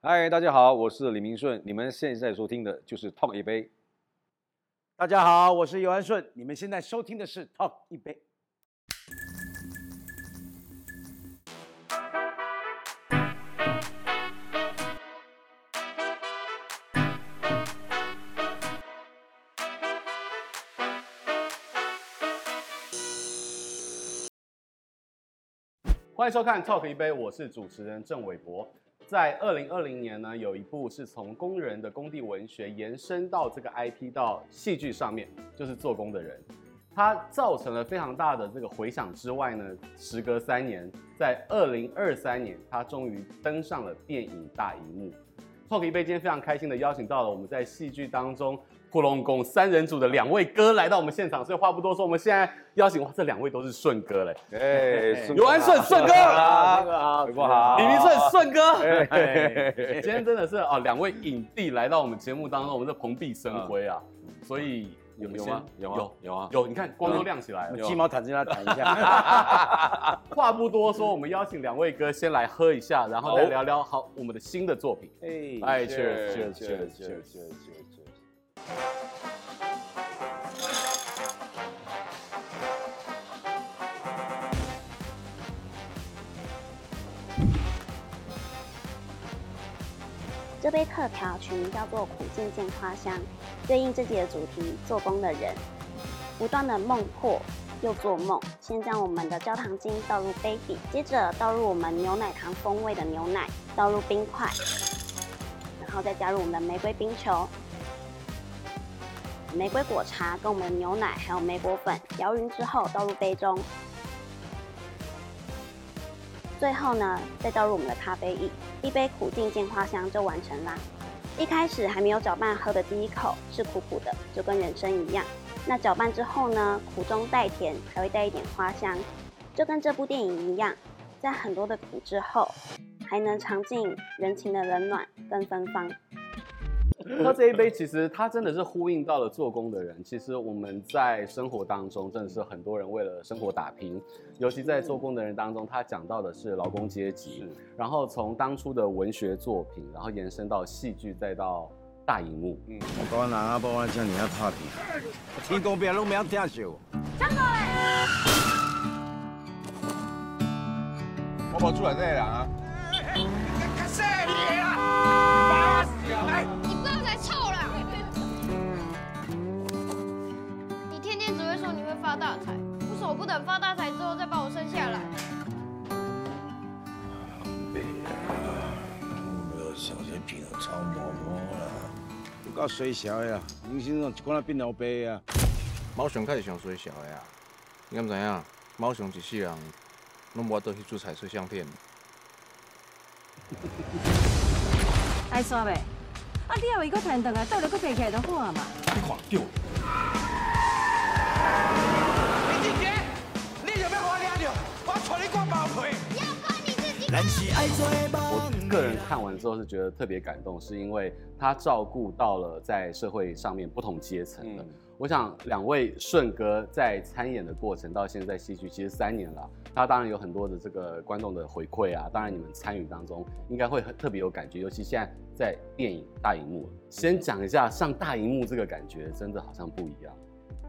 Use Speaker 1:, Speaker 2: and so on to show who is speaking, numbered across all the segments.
Speaker 1: 嗨，大家好，我是李明顺，你们现在收听的就是《Talk 一杯》。
Speaker 2: 大家好，我是尤安顺，你们现在收听的是 Talk 一杯。
Speaker 3: 欢迎收看《Talk 一杯》，我是主持人郑伟博。在二零二零年呢，有一部是从工人的工地文学延伸到这个 IP 到戏剧上面，就是《做工的人》，它造成了非常大的这个回响之外呢，时隔三年，在二零二三年，它终于登上了电影大荧幕。Talk 一杯今天非常开心的邀请到了我们在戏剧当中普龙宫三人组的两位哥来到我们现场，所以话不多说，我们现在邀请哇，这两位都是顺哥嘞，
Speaker 1: 哎，顺
Speaker 3: 尤安顺顺哥
Speaker 1: 好
Speaker 2: 好
Speaker 1: 伟博好
Speaker 3: 李明顺顺哥。
Speaker 1: 哎
Speaker 3: 今天真的是啊，两位影帝来到我们节目当中，我们这蓬荜生辉啊，所以我
Speaker 1: 有嗯
Speaker 3: 们
Speaker 1: 有
Speaker 3: 先
Speaker 1: 吗？有啊
Speaker 3: 有
Speaker 1: 有啊
Speaker 3: 有，你看光都亮起来了。
Speaker 2: 我们
Speaker 3: 有啊
Speaker 2: 鸡毛掸子让他掸一下。
Speaker 3: 话不多说，我们邀请两位哥先来喝一下，然后再聊聊好我们的新的作品。
Speaker 2: 哎，
Speaker 3: 哎，cheers
Speaker 1: Cheers,
Speaker 3: cheers
Speaker 1: cheers,
Speaker 3: cheers
Speaker 1: cheers,
Speaker 3: cheers！
Speaker 1: cheers, cheers.
Speaker 4: 这杯特调取名叫做“苦尽见花香”，对应自己的主题“做工的人”，不断的梦破又做梦。先将我们的焦糖精倒入杯底，接着倒入我们牛奶糖风味的牛奶，倒入冰块，然后再加入我们的玫瑰冰球、玫瑰果茶跟我们的牛奶还有莓果粉摇匀之后，倒入杯中。最后呢，再倒入我们的咖啡液，一杯苦尽见花香就完成啦。一开始还没有搅拌，喝的第一口是苦苦的，就跟人生一样。那搅拌之后呢，苦中带甜，还会带一点花香，就跟这部电影一样，在很多的苦之后，还能尝尽人情的冷暖跟芬芳。
Speaker 3: 喝这一杯，其实它真的是呼应到了做工的人。其实我们在生活当中，真的是很多人为了生活打拼，尤其在做工的人当中，他讲到的是劳工阶级，然后从当初的文学作品，然后延伸到戏剧，再到大荧幕。
Speaker 5: 我讲人啊，无安遮尔啊拍片，天公伯拢免听笑。我无厝内底人啊。
Speaker 6: 你不要再臭了。你天天只会说你会发大财，为什么不等发大财之后再把我生下来？
Speaker 5: 我呃小这病都臭毛毛啦。有够衰潲的啦，黄先生一罐仔变老爸的啊。
Speaker 7: 毛熊较是上衰小的啊！你敢知影？毛熊一世人拢无倒去做彩色相片。
Speaker 8: 爱山未？啊，你后伊搁弹断啊，倒来搁摕起来就看嘛。
Speaker 3: 我个人看完之后是觉得特别感动，是因为他照顾到了在社会上面不同阶层的。
Speaker 1: 嗯
Speaker 3: 我想两位顺哥在参演的过程到现在戏剧其实三年了，他当然有很多的这个观众的回馈啊，当然你们参与当中应该会很特别有感觉，尤其现在在电影大荧幕，先讲一下上大荧幕这个感觉真的好像不一样。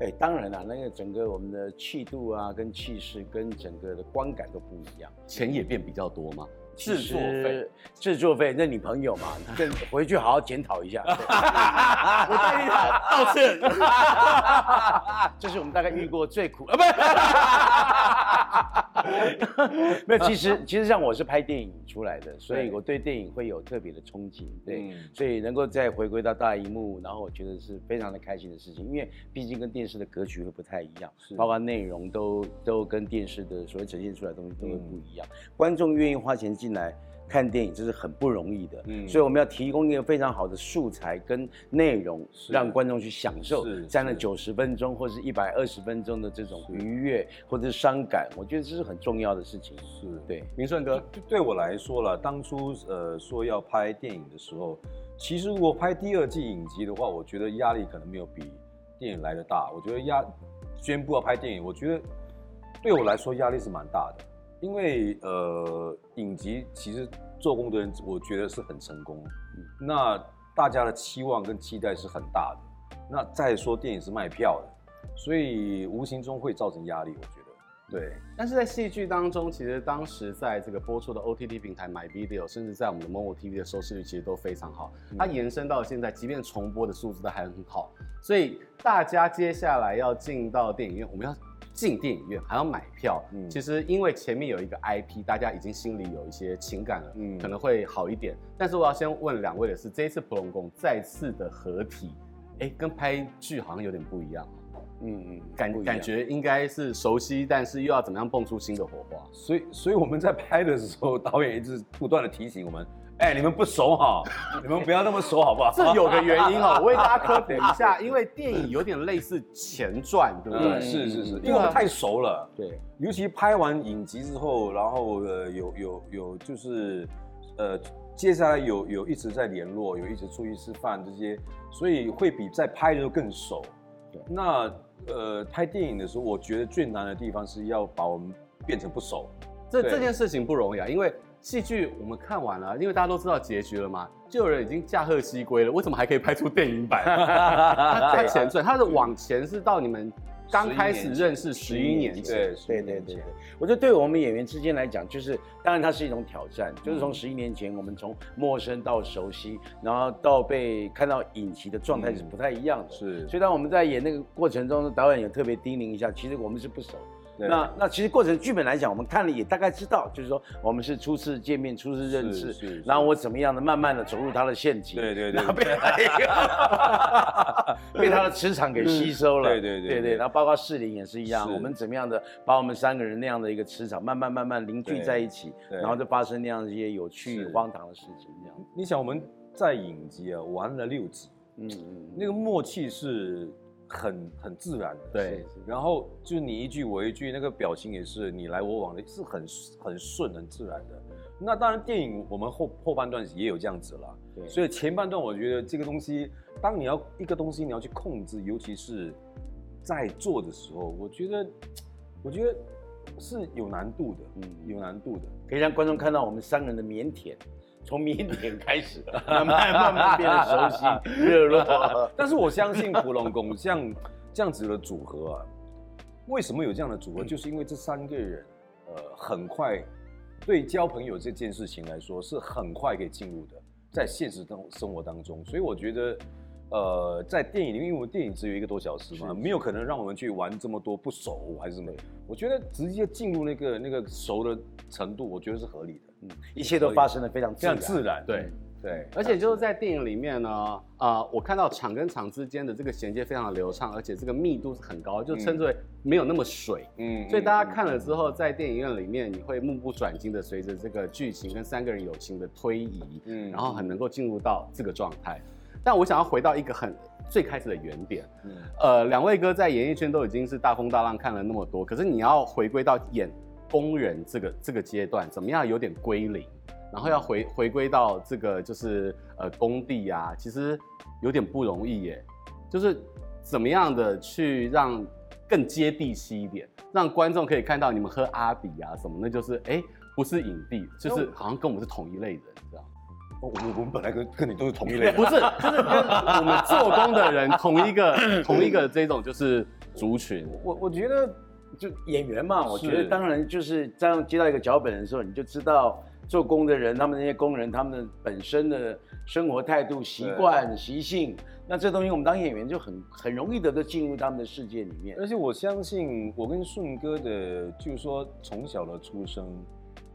Speaker 2: 哎，当然啦，那个整个我们的气度啊，跟气势，跟整个的观感都不一样。
Speaker 3: 钱也变比较多嘛，
Speaker 2: 其
Speaker 3: 制
Speaker 2: 实
Speaker 3: 作费，
Speaker 2: 制作费，那你朋友 嘛，你跟回去好好检讨一下。
Speaker 3: 我代替 他道歉。
Speaker 2: 这是我们大概遇过最苦啊，不是。 没有，其实其实像我是拍电影出来的，所以
Speaker 3: 对
Speaker 2: 我对电影会有特别的憧憬，对，
Speaker 1: 嗯
Speaker 2: 所以能够再回归到大荧幕，然后我觉得是非常的开心的事情，因为毕竟跟电视的格局会不太一样，包括内容都都跟电视的所谓呈现出来的东西都
Speaker 1: 嗯
Speaker 2: 会不一样，观众愿意花钱进来。看电影这是很不容易的，
Speaker 1: 嗯
Speaker 2: 所以我们要提供一个非常好的素材跟内容，让观众去享受
Speaker 1: 是
Speaker 2: 这样的
Speaker 1: 是
Speaker 2: 九九十分钟或是一百二十分钟的这种愉悦或者是伤感，我觉得这是很重要的事情。是对，
Speaker 3: 明顺哥，
Speaker 9: 对对我来说了，当初呃说要拍电影的时候，其实如果拍第二季影集的话，我觉得压力可能没有比电影来的大。我觉得压宣布要拍电影，我觉得对我来说压力是蛮大的，因为呃影集其实做工的人，我觉得是很成功。那大家的期望跟期待是很大的。那再说电影是卖票的，所以无形中会造成压力，我觉得。对，
Speaker 3: 但是在戏剧当中，其实当时在这个播出的 OTT 平台 My Video，甚至在我们的 Momo TV 的收视率其实都非常好。
Speaker 9: 嗯
Speaker 3: 它延伸到现在，即便重播的数字都还很好，所以大家接下来要进到电影院，我们要进电影院还要买票。
Speaker 9: 嗯
Speaker 3: 其实因为前面有一个 IP，大家已经心里有一些情感了，
Speaker 9: 嗯
Speaker 3: 可能会好一点。但是我要先问两位的是，这一次普龙宫再次的合体，哎，跟拍剧好像有点不一样。
Speaker 9: 嗯嗯，不
Speaker 3: 感
Speaker 9: 一样
Speaker 3: 感觉应该是熟悉，但是又要怎么样蹦出新的火花？
Speaker 9: 所以，所以我们在拍的时候，导演一直不断的提醒我们：“ 哎、你们不熟 哈，你们不要那么熟，好不好？”
Speaker 3: 这有个原因 哦，我为大家科普一 下，因为电影有点类似前传，对不对？
Speaker 9: 嗯，是是是，
Speaker 3: 对啊
Speaker 9: 因为我们太熟了。
Speaker 3: 对，
Speaker 9: 尤其拍完影集之后，然后呃，有有有就是呃，接下来有有一直在联络，有一直出去吃饭这些，所以会比在拍的时候更熟。那呃，拍电影的时候，我觉得最难的地方是要把我们变成不熟。
Speaker 3: 这
Speaker 9: 对
Speaker 3: 这件事情不容易啊，因为戏剧我们看完了，因为大家都知道结局了嘛，就有人已经驾鹤西归了，为什么还可以拍出电影 版？他他前传，他的往前是到你们刚开始认识十一年前，
Speaker 9: 对
Speaker 2: 对
Speaker 9: 11
Speaker 2: 对
Speaker 9: 年
Speaker 2: 对
Speaker 9: 前
Speaker 2: 对，我觉得对我们演员之间来讲，就是当然它是一种挑战，
Speaker 5: 嗯
Speaker 2: 就是从十一年前我们从陌生到熟悉，然后到被看到影集的状态是不太一样的。
Speaker 5: 嗯
Speaker 9: 是
Speaker 2: 所以当我们在演那个过程中，导演有特别叮咛一下，其实我们是不熟。
Speaker 9: 对
Speaker 2: 那那其实过程剧本来讲，我们看了也大概知道，就是说我们是初次见面、初次认
Speaker 9: 是是
Speaker 2: 识
Speaker 9: 是，
Speaker 2: 然后我怎么样的慢慢的走入他的陷阱，
Speaker 9: 对对对
Speaker 2: 然后被他一个被他的磁场给吸收
Speaker 9: 嗯
Speaker 2: 了，
Speaker 9: 对对对
Speaker 2: 对
Speaker 9: 对
Speaker 2: 然后包括适龄也是一样，
Speaker 9: 是
Speaker 2: 我们怎么样的把我们三个人那样的一个磁场慢慢慢慢凝聚
Speaker 9: 对
Speaker 2: 在一起，
Speaker 9: 对
Speaker 2: 然后就发生那样一些有趣
Speaker 9: 是
Speaker 2: 荒唐的事情，这样，
Speaker 9: 你想我们在影集啊玩了六集，
Speaker 2: 嗯嗯，
Speaker 9: 那个默契是很很自然的，
Speaker 3: 对
Speaker 9: 是。然后就是你一句我一句，那个表情也是你来我往的，是很很顺很自然的。那当然，电影我们后后半段也有这样子了，
Speaker 2: 对
Speaker 9: 所以前半段我觉得这个东西，当你要一个东西你要去控制，尤其是在做的时候，我觉得，我觉得是有难度的，嗯
Speaker 2: 嗯，
Speaker 9: 有难度的。
Speaker 2: 可以让观众看到我们三个人的腼腆，从腼腆 开始，慢慢慢慢变得熟悉、热络。
Speaker 9: 但是我相信芙蓉宫像这样子的组合啊，为什么有这样的组合？就是因为这三个人，呃，很快对交朋友这件事情来说是很快可以进入的，在现实当生活当中，所以我觉得。呃，在电影里面，因为我们电影只有一个多小时嘛，没有可能让我们去玩这么多不熟还是什么。我觉得直接进入那个那个熟的程度，我觉得是合理的，嗯，
Speaker 2: 一切都发生的非常
Speaker 9: 非
Speaker 2: 自
Speaker 9: 常
Speaker 2: 然。
Speaker 9: 自然。
Speaker 3: 对。
Speaker 9: 对，
Speaker 3: 而且就是在电影里面呢，啊、我看到场跟场之间的这个衔接非常流畅，而且这个密度是很高，就称之为没有那么水。
Speaker 9: 嗯
Speaker 3: 所以大
Speaker 9: 嗯
Speaker 3: 家看了之后，在电影院里面，你会目不转睛的随着这个剧情跟三个人友情的推移，
Speaker 9: 嗯
Speaker 3: 嗯，然后很能够进入到这个状态。但我想要回到一个很最开始的原点，
Speaker 9: 嗯
Speaker 3: 呃，两位哥在演艺圈都已经是大风大浪看了那么多，可是你要回归到演工人这个这个阶段，怎么样有点归零，然后要回回归到这个就是呃工地啊，其实有点不容易耶。就是怎么样的去让更接地气一点，让观众可以看到你们喝阿比啊什么，那就是哎、不是影帝，就是好像跟我们是同一类人这样。
Speaker 9: 哦我我我们本来跟跟你都是同一类人，
Speaker 3: 不是，就是跟我们做工的人同一个同一个这种就是族群。
Speaker 2: 我我觉得就演员嘛，我觉
Speaker 9: 是
Speaker 2: 得当然就是这样接到一个脚本的时候，你就知道做工的人，他们那些工人，他们的本身的生活态度、习惯、习性，那这东西我们当演员就很很容易的都进入他们的世界里面。
Speaker 9: 而且我相信，我跟顺哥的，就是说从小的出生，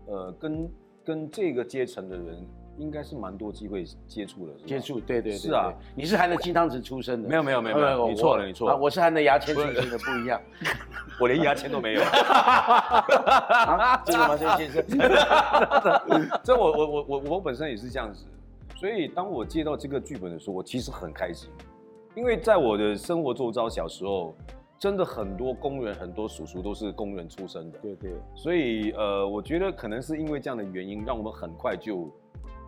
Speaker 9: 呃，跟跟这个阶层的人，应该是蛮多机会接触的，是吧
Speaker 2: 接触，对对对，
Speaker 9: 是啊
Speaker 2: 对，你是含着鸡汤匙出生的，
Speaker 9: 没有没有没有没有
Speaker 2: 呃
Speaker 9: 你错了
Speaker 2: 我
Speaker 9: 你错了
Speaker 2: 啊我是含着牙签出生的，不一样。
Speaker 9: 我连牙签都 没有。
Speaker 2: 啊，真的吗，这位 先生？
Speaker 9: 这我我我我我本身也是这样子，所以当我接到这个剧本的时候，我其实很开心，因为在我的生活周遭，小时候真的很多工人，很多叔叔都是工人出身的，
Speaker 2: 对对，
Speaker 9: 所以呃，我觉得可能是因为这样的原因，让我们很快就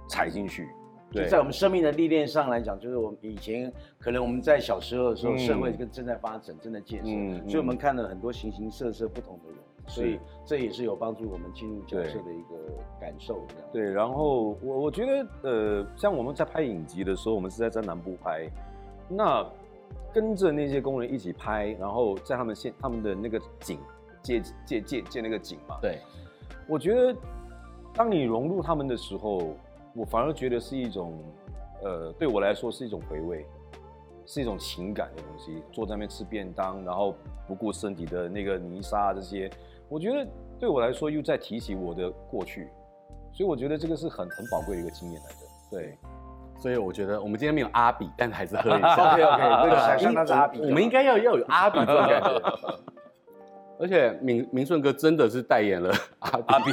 Speaker 9: 踩进去。
Speaker 2: 就在我们生命的历练上来讲，就是我们以前可能我们在小时候的时候，
Speaker 9: 嗯
Speaker 2: 社会跟正在发展、正在建设
Speaker 9: 嗯，
Speaker 2: 所以我们看了很多形形色色不同的人。所以这也是有帮助我们进入角色的一个感受，这样。
Speaker 9: 对，然后我我觉得呃，像我们在拍影集的时候，我们是在在南部拍，那跟着那些工人一起拍，然后在他们现他们的那个景借借借借那个景嘛，
Speaker 2: 对，
Speaker 9: 我觉得当你融入他们的时候，我反而觉得是一种呃，对我来说是一种回味。是一种情感的东西，坐在那边吃便当，然后不顾身体的那个泥沙这些，我觉得对我来说又在提起我的过去，所以我觉得这个是很很宝贵的一个经验来的。对，
Speaker 3: 所以我觉得我们今天没有阿比，但还是喝一下。
Speaker 2: OK，OK，那个想象
Speaker 3: 因为
Speaker 2: 他是阿比
Speaker 3: 我我们应该要要有阿比这种感觉。而且明明顺哥真的是代言了阿比，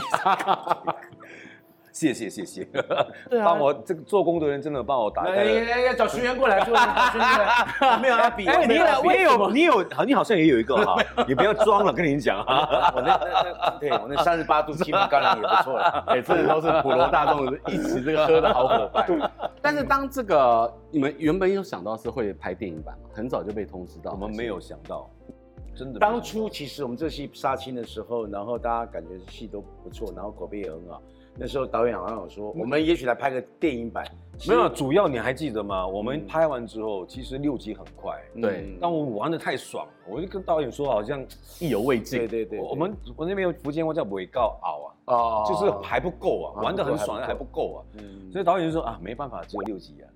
Speaker 9: 谢谢谢谢，帮我这个做工的人真的帮我打开了。
Speaker 2: 哎要找学员过来说，学员过 来哎没有阿比，没有阿比
Speaker 9: 你有你有，好，你好像也有一个哈，你不要装了，跟你讲啊。
Speaker 2: 我那那那对我那三十八度气泡干粮也不 错了。
Speaker 3: 每次哎都是普罗大众一起这个喝的好伙伴。但是当这个你们原本有想到是会拍电影版吗？很早就被通知到，
Speaker 9: 我们没有想到，真的没有想到。
Speaker 2: 当初其实我们这戏杀青的时候，然后大家感觉戏都不错，然后口碑也很好。那时候导演好像有说，
Speaker 9: 嗯
Speaker 2: 我们也许来拍个电影版。
Speaker 9: 没有，啊主要你还记得吗？我
Speaker 2: 嗯
Speaker 9: 们拍完之后，其实六集很快，
Speaker 3: 对
Speaker 9: 但我玩的太爽，我就跟导演说，好像
Speaker 3: 意犹未
Speaker 2: 对
Speaker 3: 尽。
Speaker 2: 对对，
Speaker 9: 我们我那边有福建话叫尾告熬啊，
Speaker 3: 哦
Speaker 9: 就是还不够啊，
Speaker 2: 啊
Speaker 9: 玩的很爽，
Speaker 2: 还
Speaker 9: 但还不
Speaker 2: 不够
Speaker 9: 够啊。
Speaker 2: 嗯
Speaker 9: 所以导演就说啊，没办法，只有六集啊。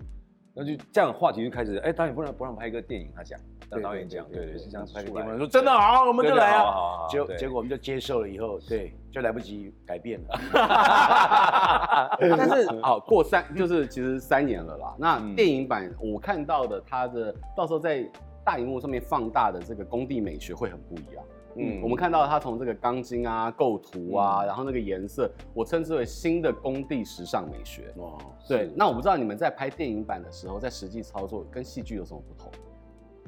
Speaker 9: 那就这样，话题就开始。哎，导演不让不让拍个电影，他讲，让导演讲，对对，是这样拍个电影。
Speaker 2: 说真的好，我们就来啊。
Speaker 9: 啊
Speaker 2: 结结果我们就接受了，以后对，就来不及改变了。
Speaker 3: 但是哦，过三就是其实三年了啦。那
Speaker 9: 嗯
Speaker 3: 电影版我看到的它的，到时候在大荧幕上面放大的这个工地美学会很不一样。嗯，我们看到它从这个钢筋啊、构图啊，然后那个颜色，我称之为新的工地时尚美学。
Speaker 2: 哦，
Speaker 3: 对，那我不知道你们在拍电影版的时候，在实际操作跟戏剧有什么不同？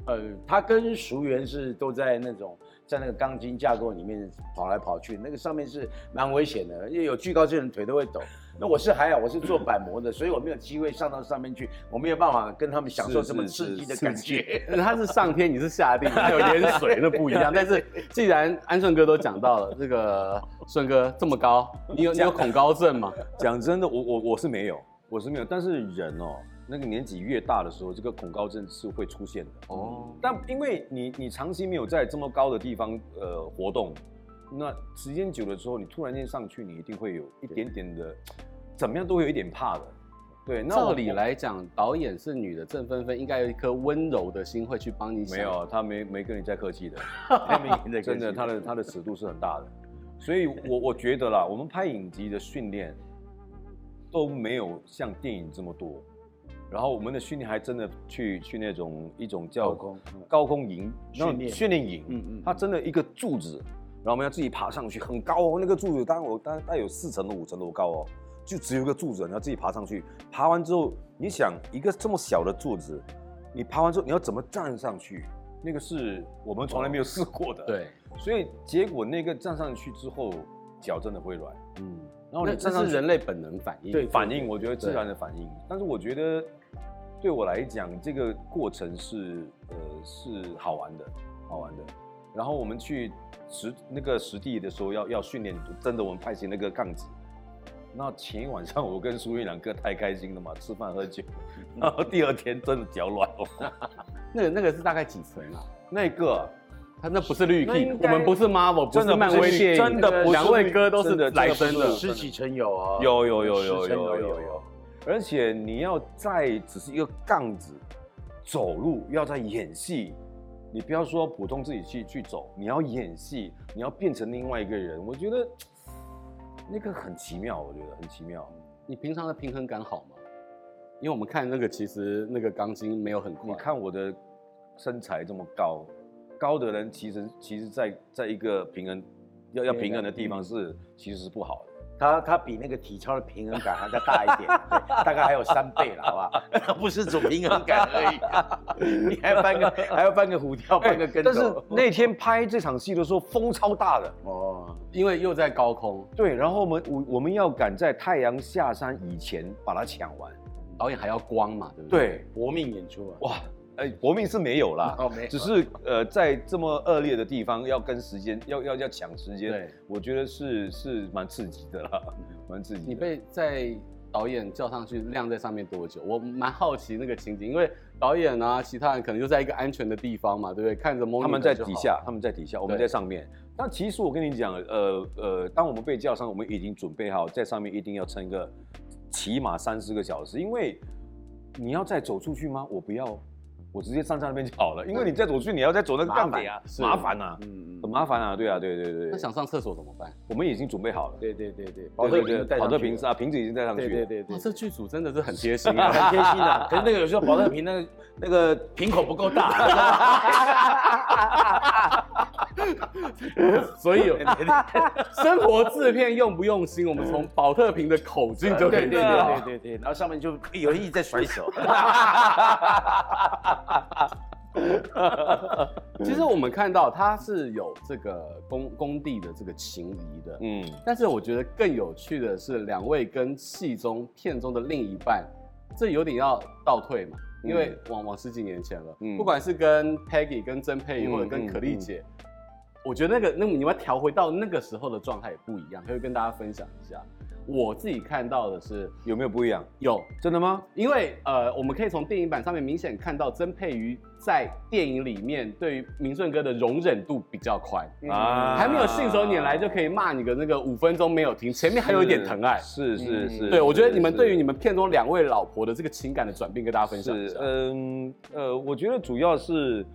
Speaker 2: 呃，他跟熟员是都在那种在那个钢筋架构里面跑来跑去，那个上面是蛮危险的，因为有惧高症的人腿都会抖。那我是还好，我是做板模的，所以我没有机会上到上面去，我没有办法跟他们享受
Speaker 9: 是
Speaker 2: 这么
Speaker 9: 是
Speaker 2: 刺
Speaker 9: 是
Speaker 2: 激的
Speaker 9: 刺
Speaker 2: 感
Speaker 9: 激
Speaker 2: 觉。
Speaker 3: 它是上天，你是下地，还有淹水，那不一样。但是 既然安顺哥都讲到了，这个顺哥这么高，你有你有恐高症吗？
Speaker 9: 讲真的，我我我是没有，我是没有。但是人哦，那个年纪越大的时候，这个恐高症是会出现的。嗯
Speaker 3: 哦，
Speaker 9: 但因为你你长期没有在这么高的地方呃活动，那时间久了之后，你突然间上去，你一定会有一点点的，怎么样都会有一点怕的。对，那
Speaker 3: 照
Speaker 9: 我
Speaker 3: 理来讲，导演是女的郑芬芬，应该有一颗温柔的心会去帮你想。
Speaker 9: 没有，他没没跟你再客气 的， 真的，他的他的尺度是很大的，所以我我觉得啦，我们拍影集的训练都没有像电影这么多，然后我们的训练还真的去去那种一种叫
Speaker 2: 高空嗯
Speaker 9: 高空营
Speaker 2: 训练
Speaker 9: 那种训练营，嗯
Speaker 2: 嗯嗯
Speaker 9: 嗯，它真的一个柱子，然后我们要自己爬上去，很高哦，那个柱子大概我大概有四层楼五层楼高哦，就只有一个柱子，你要自己爬上去，爬完之后，你想一个这么小的柱子，你爬完之后你要怎么站上去？那个是我们从来没有试过的，，
Speaker 3: 对，
Speaker 9: 所以结果那个站上去之后，脚真的会软，
Speaker 3: 嗯，
Speaker 9: 然后
Speaker 3: 那
Speaker 9: 你站
Speaker 3: 这
Speaker 9: 上
Speaker 3: 是
Speaker 9: 去
Speaker 3: 人类本能反应。
Speaker 2: 对
Speaker 9: 反应，我觉得自然的反应。但是我觉得对我来讲，这个过程是呃是好玩的，好玩的。然后我们去实那个实地的时候要，要训练，真的我们派遣那个杠子。那前一晚上我跟苏玉两个太开心了嘛，吃饭喝 酒，然后第二天真的脚软了。
Speaker 3: 那个那个是大概几层啊？
Speaker 9: 那个
Speaker 3: 它那不是绿
Speaker 9: 那
Speaker 3: key，
Speaker 9: 应
Speaker 3: 我
Speaker 9: 该
Speaker 3: 们不是 Marvel，不
Speaker 9: 真
Speaker 3: 是
Speaker 9: 的不
Speaker 3: 漫
Speaker 9: 是
Speaker 3: 威电影，
Speaker 9: 真的不是
Speaker 3: 两位哥都是
Speaker 9: 真的
Speaker 3: 来
Speaker 9: 真
Speaker 3: 生
Speaker 9: 的不
Speaker 3: 的。
Speaker 9: 是
Speaker 2: 十几层有哦，
Speaker 9: 有啊有有
Speaker 2: 十
Speaker 9: 有
Speaker 2: 层
Speaker 9: 有
Speaker 2: 楼
Speaker 9: 有有，而且你要在只是一个杠子走路，要在演戏，你不要说普通自己去去走，你要演戏，你要变成另外一个人，我觉得那个很奇妙，我觉得很奇妙。
Speaker 3: 你平常的平衡感好吗？因为我们看那个，其实那个钢筋没有很快。
Speaker 9: 你看我的身材这么高，高的人其实其实在在一个平衡要要平衡的地方是其实是不好的。
Speaker 2: 他他比那个体操的平衡感还再大一点，对大概还有三倍了，哦好不好？不是走平衡 感而已，你还搬个还要搬个虎跳，搬个跟头。
Speaker 9: 哎但是那天拍这场戏的时候，风超大的。
Speaker 2: 哦，
Speaker 3: 因为又在高空，
Speaker 9: 对，然后我们我我们要赶在太阳下山以前把它抢完。
Speaker 3: 导演还要光嘛，对不对？
Speaker 9: 对，
Speaker 2: 搏命演出啊！
Speaker 9: 哇，哎，搏命是没有啦，
Speaker 3: 哦，没
Speaker 9: 只是呃，在这么恶劣的地方，要跟时间，要要要抢时间，
Speaker 3: 对，
Speaker 9: 我觉得是是蛮刺激的啦，蛮刺激的。
Speaker 3: 你被在导演叫上去晾在上面多久？我蛮好奇那个情景，因为导演啊，其他人可能就在一个安全的地方嘛，对不对？看着 monitor
Speaker 9: 他们在
Speaker 3: 就好
Speaker 9: 底下，他们在底下，我们
Speaker 3: 对
Speaker 9: 在上面。但其实我跟你讲，呃呃，当我们被叫上，我们已经准备好在上面一定要撑个起码三四个小时，因为你要再走出去吗？我不要，我直接站在那边就好了。因为你再走出去，你要再走那个杠点啊，
Speaker 3: 是
Speaker 9: 麻烦啊，
Speaker 3: 嗯
Speaker 9: 很
Speaker 3: 嗯。
Speaker 9: 麻烦啊。对啊，对对对
Speaker 3: 那
Speaker 9: 对，
Speaker 3: 想上厕所怎么办？
Speaker 9: 我们已经准备好了。
Speaker 2: 对对对对，
Speaker 9: 对
Speaker 2: 瓶
Speaker 9: 对
Speaker 2: 都
Speaker 9: 对，
Speaker 2: 带
Speaker 9: 保
Speaker 2: 上
Speaker 9: 特
Speaker 2: 去
Speaker 9: 瓶是
Speaker 2: 了
Speaker 9: 啊，瓶子已经带上
Speaker 2: 对
Speaker 9: 去
Speaker 2: 对
Speaker 9: 了。
Speaker 2: 对对
Speaker 3: 哇，，哦这剧组真的是 很贴心
Speaker 2: 啊
Speaker 3: 啊！
Speaker 2: 很贴心的。可是那个有时候保特瓶那个那个瓶口不够 大。
Speaker 3: 所 以有生活制片用不用心，我们从宝特瓶的口径就可以
Speaker 2: 对对
Speaker 3: 知道
Speaker 2: 对对对，然后上面就有人一直在甩手。
Speaker 3: 其实我们看到它是有这个工工地的这个情谊的，
Speaker 9: 嗯，
Speaker 3: 但是我觉得更有趣的是，两位跟戏中片中的另一半，这有点要倒退嘛，
Speaker 9: 嗯
Speaker 3: 因为往往十几年前了，
Speaker 9: 嗯
Speaker 3: 不管是跟 Peggy、跟曾佩仪
Speaker 9: 嗯
Speaker 3: 或者跟可丽姐，我觉得那个那你们调回到那个时候的状态也不一样，可以跟大家分享一下。我自己看到的是
Speaker 9: 有没有不一样？
Speaker 3: 有
Speaker 9: 真的吗？
Speaker 3: 因为呃，我们可以从电影版上面明显看到曾佩瑜在电影里面对于明顺哥的容忍度比较宽，
Speaker 9: 啊
Speaker 3: 还没有信手拈来就可以骂你个那个五分钟没有停，前面还有一点疼爱。嗯
Speaker 9: 是是是。
Speaker 3: 对，我觉得你们
Speaker 9: 是
Speaker 3: 对于你们片中两位老婆的这个情感的转变，跟大家分享一
Speaker 9: 是
Speaker 3: 下，。
Speaker 9: 嗯呃，我觉得主要是，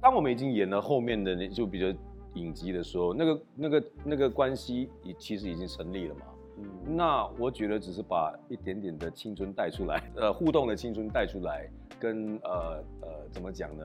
Speaker 9: 当我们已经演了后面的那就比较影集的时候，那个那个那个关系已其实已经成立了嘛。
Speaker 3: 嗯
Speaker 9: 那我觉得只是把一点点的青春带出来，呃，互动的青春带出来，跟呃呃怎么讲呢？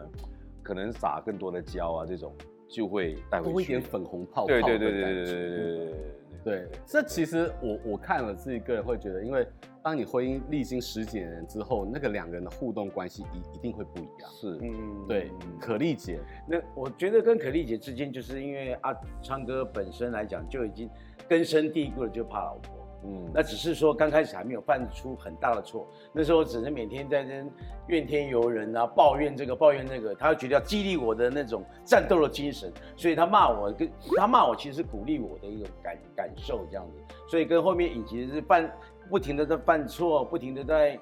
Speaker 9: 可能撒更多的胶啊，这种就会带回去。
Speaker 3: 多一点粉红泡泡
Speaker 9: 对
Speaker 3: 的感觉。嗯
Speaker 9: 对对对对对对对对对对。
Speaker 3: 对，这其实我我看了自己个人会觉得，因为当你婚姻历经十几年之后，那个两个人的互动关系一一定会不一样。
Speaker 9: 是，
Speaker 2: 嗯，
Speaker 3: 对，可丽姐，
Speaker 2: 那我觉得跟可丽姐之间，就是因为阿昌哥本身来讲就已经根深蒂固了，就怕老婆。
Speaker 9: 嗯，
Speaker 2: 那只是说刚开始还没有犯出很大的错，那时候只是每天在那怨天尤人啊，抱怨这个抱怨那个，他觉得要激励我的那种战斗的精神，所以他骂我跟他骂我其实是鼓励我的一种感感受这样子，所以跟后面影集是犯不停的在犯错，不停的在。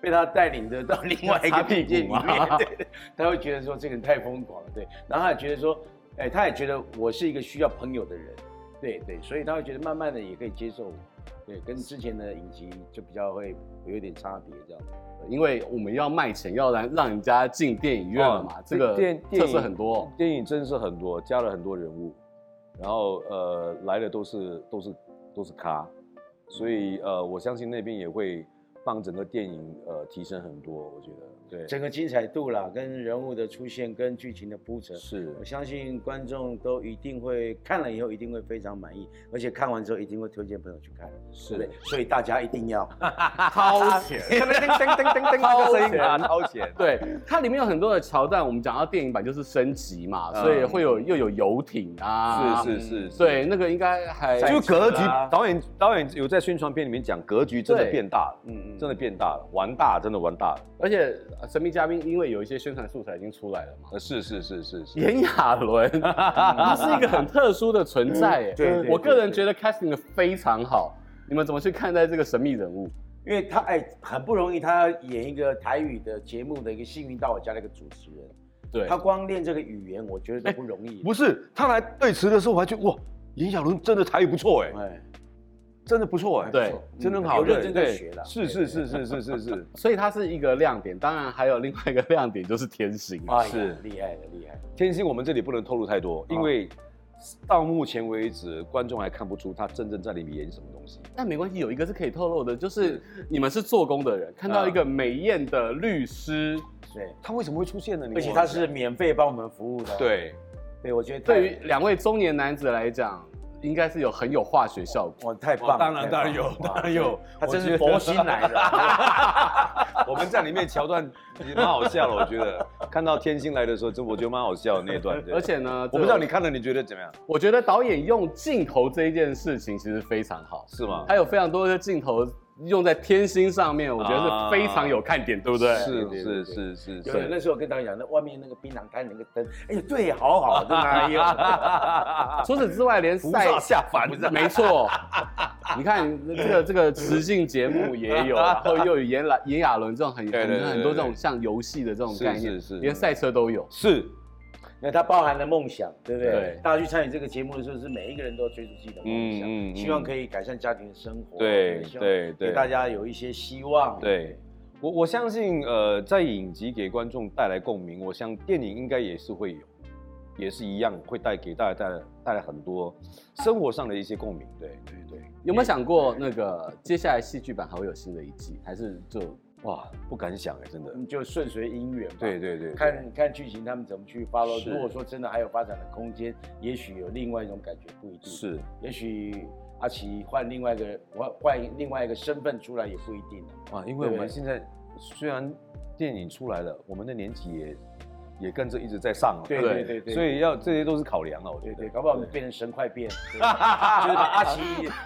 Speaker 2: 被他带领的到另外一个境界里面， 对，他会觉得说这个人太疯狂了，对，然后他也觉得说，哎，他也觉得我是一个需要朋友的人，对对，所以他会觉得慢慢的也可以接受我，对，跟之前的影集就比较会有一点差别这样。
Speaker 3: 因为我们要卖钱，要让让人家进电影院了嘛，
Speaker 9: 哦
Speaker 3: 这个
Speaker 9: 电
Speaker 3: 特
Speaker 9: 电
Speaker 3: 色
Speaker 9: 影
Speaker 3: 很多哦。
Speaker 9: 电影真是很多，加了很多人物，然后呃来的都是都是都是咖，所以呃我相信那边也会帮整个电影呃提升很多，我觉得对，
Speaker 2: 整个精彩度啦，跟人物的出现，跟剧情的铺陈，
Speaker 9: 是
Speaker 2: 我相信观众都一定会看了以后一定会非常满意，而且看完之后一定会推荐朋友去看，
Speaker 9: 是
Speaker 2: 对，所以 大家一定要。
Speaker 3: 掏钱，
Speaker 9: 那个声音
Speaker 3: 掏
Speaker 9: 啊，
Speaker 3: 钱
Speaker 9: 掏钱，
Speaker 3: 对，它里面有很多的桥段，我们讲到电影版就是升级嘛，
Speaker 9: 嗯
Speaker 3: 所以会有又有游艇啊，
Speaker 9: 是是啊是，
Speaker 3: 对，，那个应该还
Speaker 9: 嗯就格局，导演导演有在宣传片里面讲，格局真的变大了，
Speaker 2: 嗯
Speaker 9: 真的变大了，玩大了真的玩大了，
Speaker 3: 而且呃神秘嘉宾因为有一些宣传素材已经出来了嘛，
Speaker 9: 呃是是是是是，
Speaker 3: 炎亚纶， 他是一个很特殊的存在耶，
Speaker 2: 对对对
Speaker 3: 我个人觉得 casting 的非常好，你们怎么去看待这个神秘人物？
Speaker 2: 因为他哎很不容易，他演一个台语的节目的一个幸运到我家的一个主持人，
Speaker 3: 对，
Speaker 2: 他光练这个语言，我觉得都不容易。
Speaker 9: 哎不是他来对词的时候我还觉得哇，炎亚纶真的台语不错哎，
Speaker 2: 哎，
Speaker 9: 真的不错哎，
Speaker 3: 对，
Speaker 9: 真的很
Speaker 2: 嗯有
Speaker 9: 好，
Speaker 2: 认
Speaker 9: 对
Speaker 2: 真在
Speaker 9: 对
Speaker 2: 学哎啦
Speaker 9: 是是是是是是是，
Speaker 3: 所以它是一个亮点，当然还有另外一个亮点就是天行啊，
Speaker 2: 哎呀
Speaker 9: 是
Speaker 2: 厉害了，厉害了。
Speaker 9: 天星我们这里不能透露太多，因为到目前为止观众还看不出他真正在里面演什么东西。
Speaker 3: 但没关系，有一个是可以透露的，就是
Speaker 9: 嗯
Speaker 3: 你们是做工的人，看到一个美艳的律师，
Speaker 2: 对，
Speaker 9: 他为什么会出现呢？你
Speaker 2: 而且他是免费帮我们服务 的。，
Speaker 9: 对，
Speaker 2: 对我觉得
Speaker 3: 对于
Speaker 2: 于
Speaker 3: 两位中年男子来讲，应该是有很有化学效果。
Speaker 2: 我太棒了，
Speaker 10: 当然
Speaker 2: 太棒
Speaker 10: 当
Speaker 2: 了
Speaker 10: 然有
Speaker 2: 哇
Speaker 10: 当然有
Speaker 2: 他真
Speaker 10: 我觉
Speaker 2: 是
Speaker 10: 得
Speaker 2: 佛心来的。
Speaker 9: 我们在里面桥段也蛮好笑的，我觉 得看到天星来的时候，真我觉得蛮好笑的那一段。对
Speaker 3: 而且呢，
Speaker 9: 我不知道你，看了你觉得怎么样？
Speaker 3: 我觉得导演用镜头这一件事情其实非常好，
Speaker 9: 是吗？
Speaker 3: 还有非常多的镜头用在天星上面，我觉得是非常有看点，对不对？
Speaker 9: 是
Speaker 2: 对
Speaker 9: 是
Speaker 2: 对
Speaker 9: 是是
Speaker 2: 有有
Speaker 9: 是，
Speaker 2: 那时候我跟导演讲，那外面那个槟榔摊那个灯，哎呀，对，好好，真的，哎呀，
Speaker 3: 除此之外，连
Speaker 2: 不
Speaker 3: 赛
Speaker 2: 下凡，
Speaker 3: 没 错，你看这个这个实境节目也有，然后又有炎亚炎亚纶这种很
Speaker 9: 对对对
Speaker 3: 很很多这
Speaker 9: 对
Speaker 3: 种像游戏的这种
Speaker 9: 是
Speaker 3: 概念，
Speaker 9: 是是
Speaker 3: 连赛车都有。
Speaker 9: 是
Speaker 2: 那它包含了梦想，对不对？
Speaker 3: 对
Speaker 2: 大家去参与这个节目的时候，是每一个人都要追逐自己的梦想，
Speaker 9: 嗯嗯嗯
Speaker 2: 希望可以改善家庭的生活，啊
Speaker 9: 对
Speaker 2: 希望
Speaker 9: 对
Speaker 2: 给
Speaker 9: 对，
Speaker 2: 大家有一些希望，，啊
Speaker 9: 对。我我相信，呃，在影集给观众带来共鸣，我想电影应该也是会有，也是一样会带给大家带来带来很多生活上的一些共鸣。对对对，
Speaker 3: 有
Speaker 2: 嗯
Speaker 3: 没有想过那个接下来戏剧版还会有新的一季，还是 就
Speaker 9: 哇，不敢想哎、真的。
Speaker 2: 就顺随因缘吧，
Speaker 9: 对对对，
Speaker 2: 嗯看看剧情他们怎么去 follow。
Speaker 9: 是
Speaker 2: 如果说真的还有发展的空间，也许有另外一种感觉，不一定。，
Speaker 9: 是
Speaker 2: 也许阿奇换另外一个换换另外一个身份出来也不一定啊
Speaker 9: 啊，因为我
Speaker 2: 对
Speaker 9: 们现在虽然电影出来了，我们的年纪也也跟着一直在上了。
Speaker 2: 对对对对
Speaker 9: 所以要这些都是考量了，我觉
Speaker 2: 对
Speaker 9: 得。
Speaker 2: 对，搞不好我们变成神快变，对就是把阿奇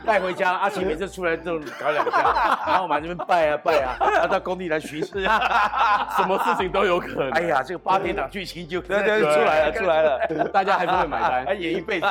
Speaker 2: 带回家，阿奇每次出来都搞两下，然后我们还在那边拜啊拜啊，然后到工地来巡视啊，
Speaker 3: 什么事情都有可能？
Speaker 2: 哎呀，这个八点档剧情就
Speaker 9: 对 对，出来了出来了。
Speaker 3: 大家还是会买单。
Speaker 2: 还哎演一辈子。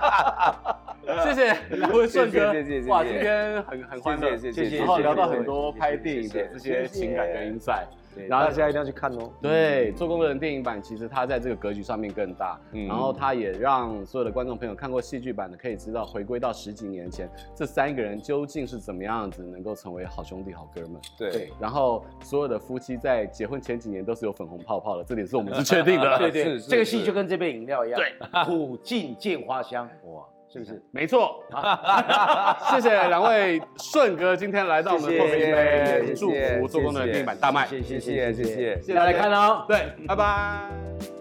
Speaker 3: 谢谢 我顺哥，
Speaker 9: 谢谢谢谢
Speaker 3: 哇，
Speaker 9: 谢
Speaker 3: 今
Speaker 9: 谢
Speaker 3: 天很很欢乐，
Speaker 9: 谢谢谢谢谢谢
Speaker 3: 然后
Speaker 9: 谢谢
Speaker 3: 聊到
Speaker 9: 谢谢
Speaker 3: 很多
Speaker 9: 谢谢
Speaker 3: 拍电影
Speaker 9: 谢
Speaker 3: 的
Speaker 9: 谢
Speaker 3: 这些情感跟 insight，
Speaker 9: 对
Speaker 3: 然后
Speaker 9: 大家一定要去看哦。
Speaker 3: 对，做工的人电影版其实它在这个格局上面更大，
Speaker 9: 嗯
Speaker 3: 然后它也让所有的观众朋友看过戏剧版的可以知道，回归到十几年前，这三个人究竟是怎么样子能够成为好兄弟、好哥们。
Speaker 9: 对
Speaker 3: 然后所有的夫妻在结婚前几年都是有粉红泡泡的，这点是 我们是确定的。
Speaker 2: 对对，
Speaker 9: 是是
Speaker 2: 这个戏就跟这杯饮料一样，对，苦尽见花香，哇，是不是？
Speaker 3: 没错， 谢谢两位顺哥今天来到我们
Speaker 9: 谢谢
Speaker 3: 后面
Speaker 9: 谢谢
Speaker 3: 祝福做工的人电影版大卖，
Speaker 2: 嗯谢谢
Speaker 9: 谢谢谢谢。
Speaker 3: 谢
Speaker 2: 大家看哦。
Speaker 3: 对，拜拜。